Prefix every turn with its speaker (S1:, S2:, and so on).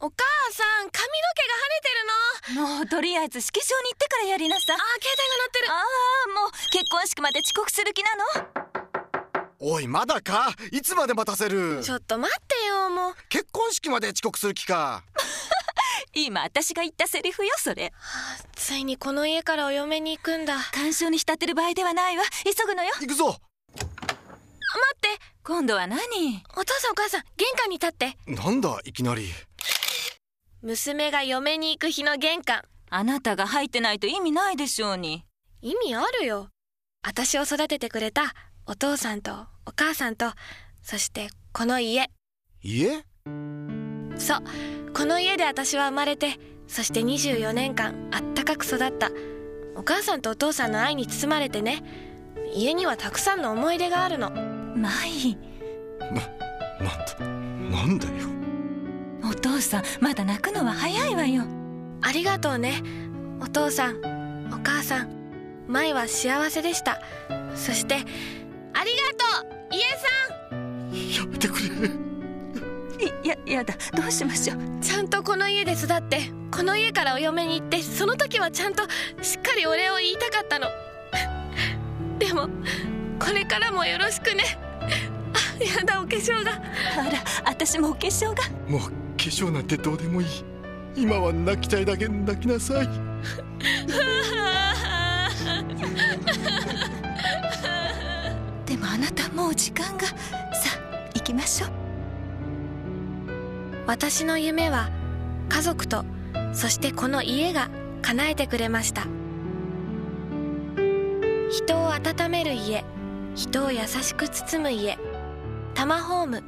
S1: さん、髪の毛が跳ねてるの。
S2: もうとりあえず式場に行ってからやりなさい
S1: あー、携帯が
S2: あ
S1: 鳴ってる。
S2: あもう結婚式まで遅刻する気なの
S3: おいまだかいつまで待たせる
S1: ちょっと待ってよ、もう。
S3: 結婚式まで遅刻する気か
S2: 今私が言ったセリフよそれ
S1: ついにこの家からお嫁に行くんだ。待
S2: 干渉に浸ってる場合ではないわ急ぐのよ
S3: 行くぞ
S1: って、
S2: 今度は何
S1: お父さんお母さん、玄関に立って。
S3: なんだいきなり
S1: 娘が嫁に行く日の玄関。
S2: あなたが入ってないと意味ないでしょうに
S1: 意味あるよ。私を育ててくれたお父さんとお母さんと、そしてこの家。
S3: 家
S1: そうこの家で私は生まれてそして24年間あったかく育ったお母さんとお父さんの愛に包まれてね家にはたくさんの思い出があるの
S2: 舞
S3: なんだなんだよ
S2: お父さんまだ泣くのは早いわよ
S1: ありがとうねお父さんお母さん舞は幸せでしたそしてありがとう家さん
S3: やめてくれ
S2: いややだどうしましょう
S1: ちゃんとこの家で育ってこの家からお嫁に行ってその時はちゃんとしっかりお礼を言いたかったの でもこれからもよろしくねあやだお化粧が
S2: あら私もお化粧が
S3: もう化粧なんてどうでもいい今は泣きたいだけ泣きなさい
S2: でもあなたもう時間がさあ行きましょう
S1: 私の夢は家族とそしてこの家が叶えてくれました人を温める家人を優しく包む家タマホーム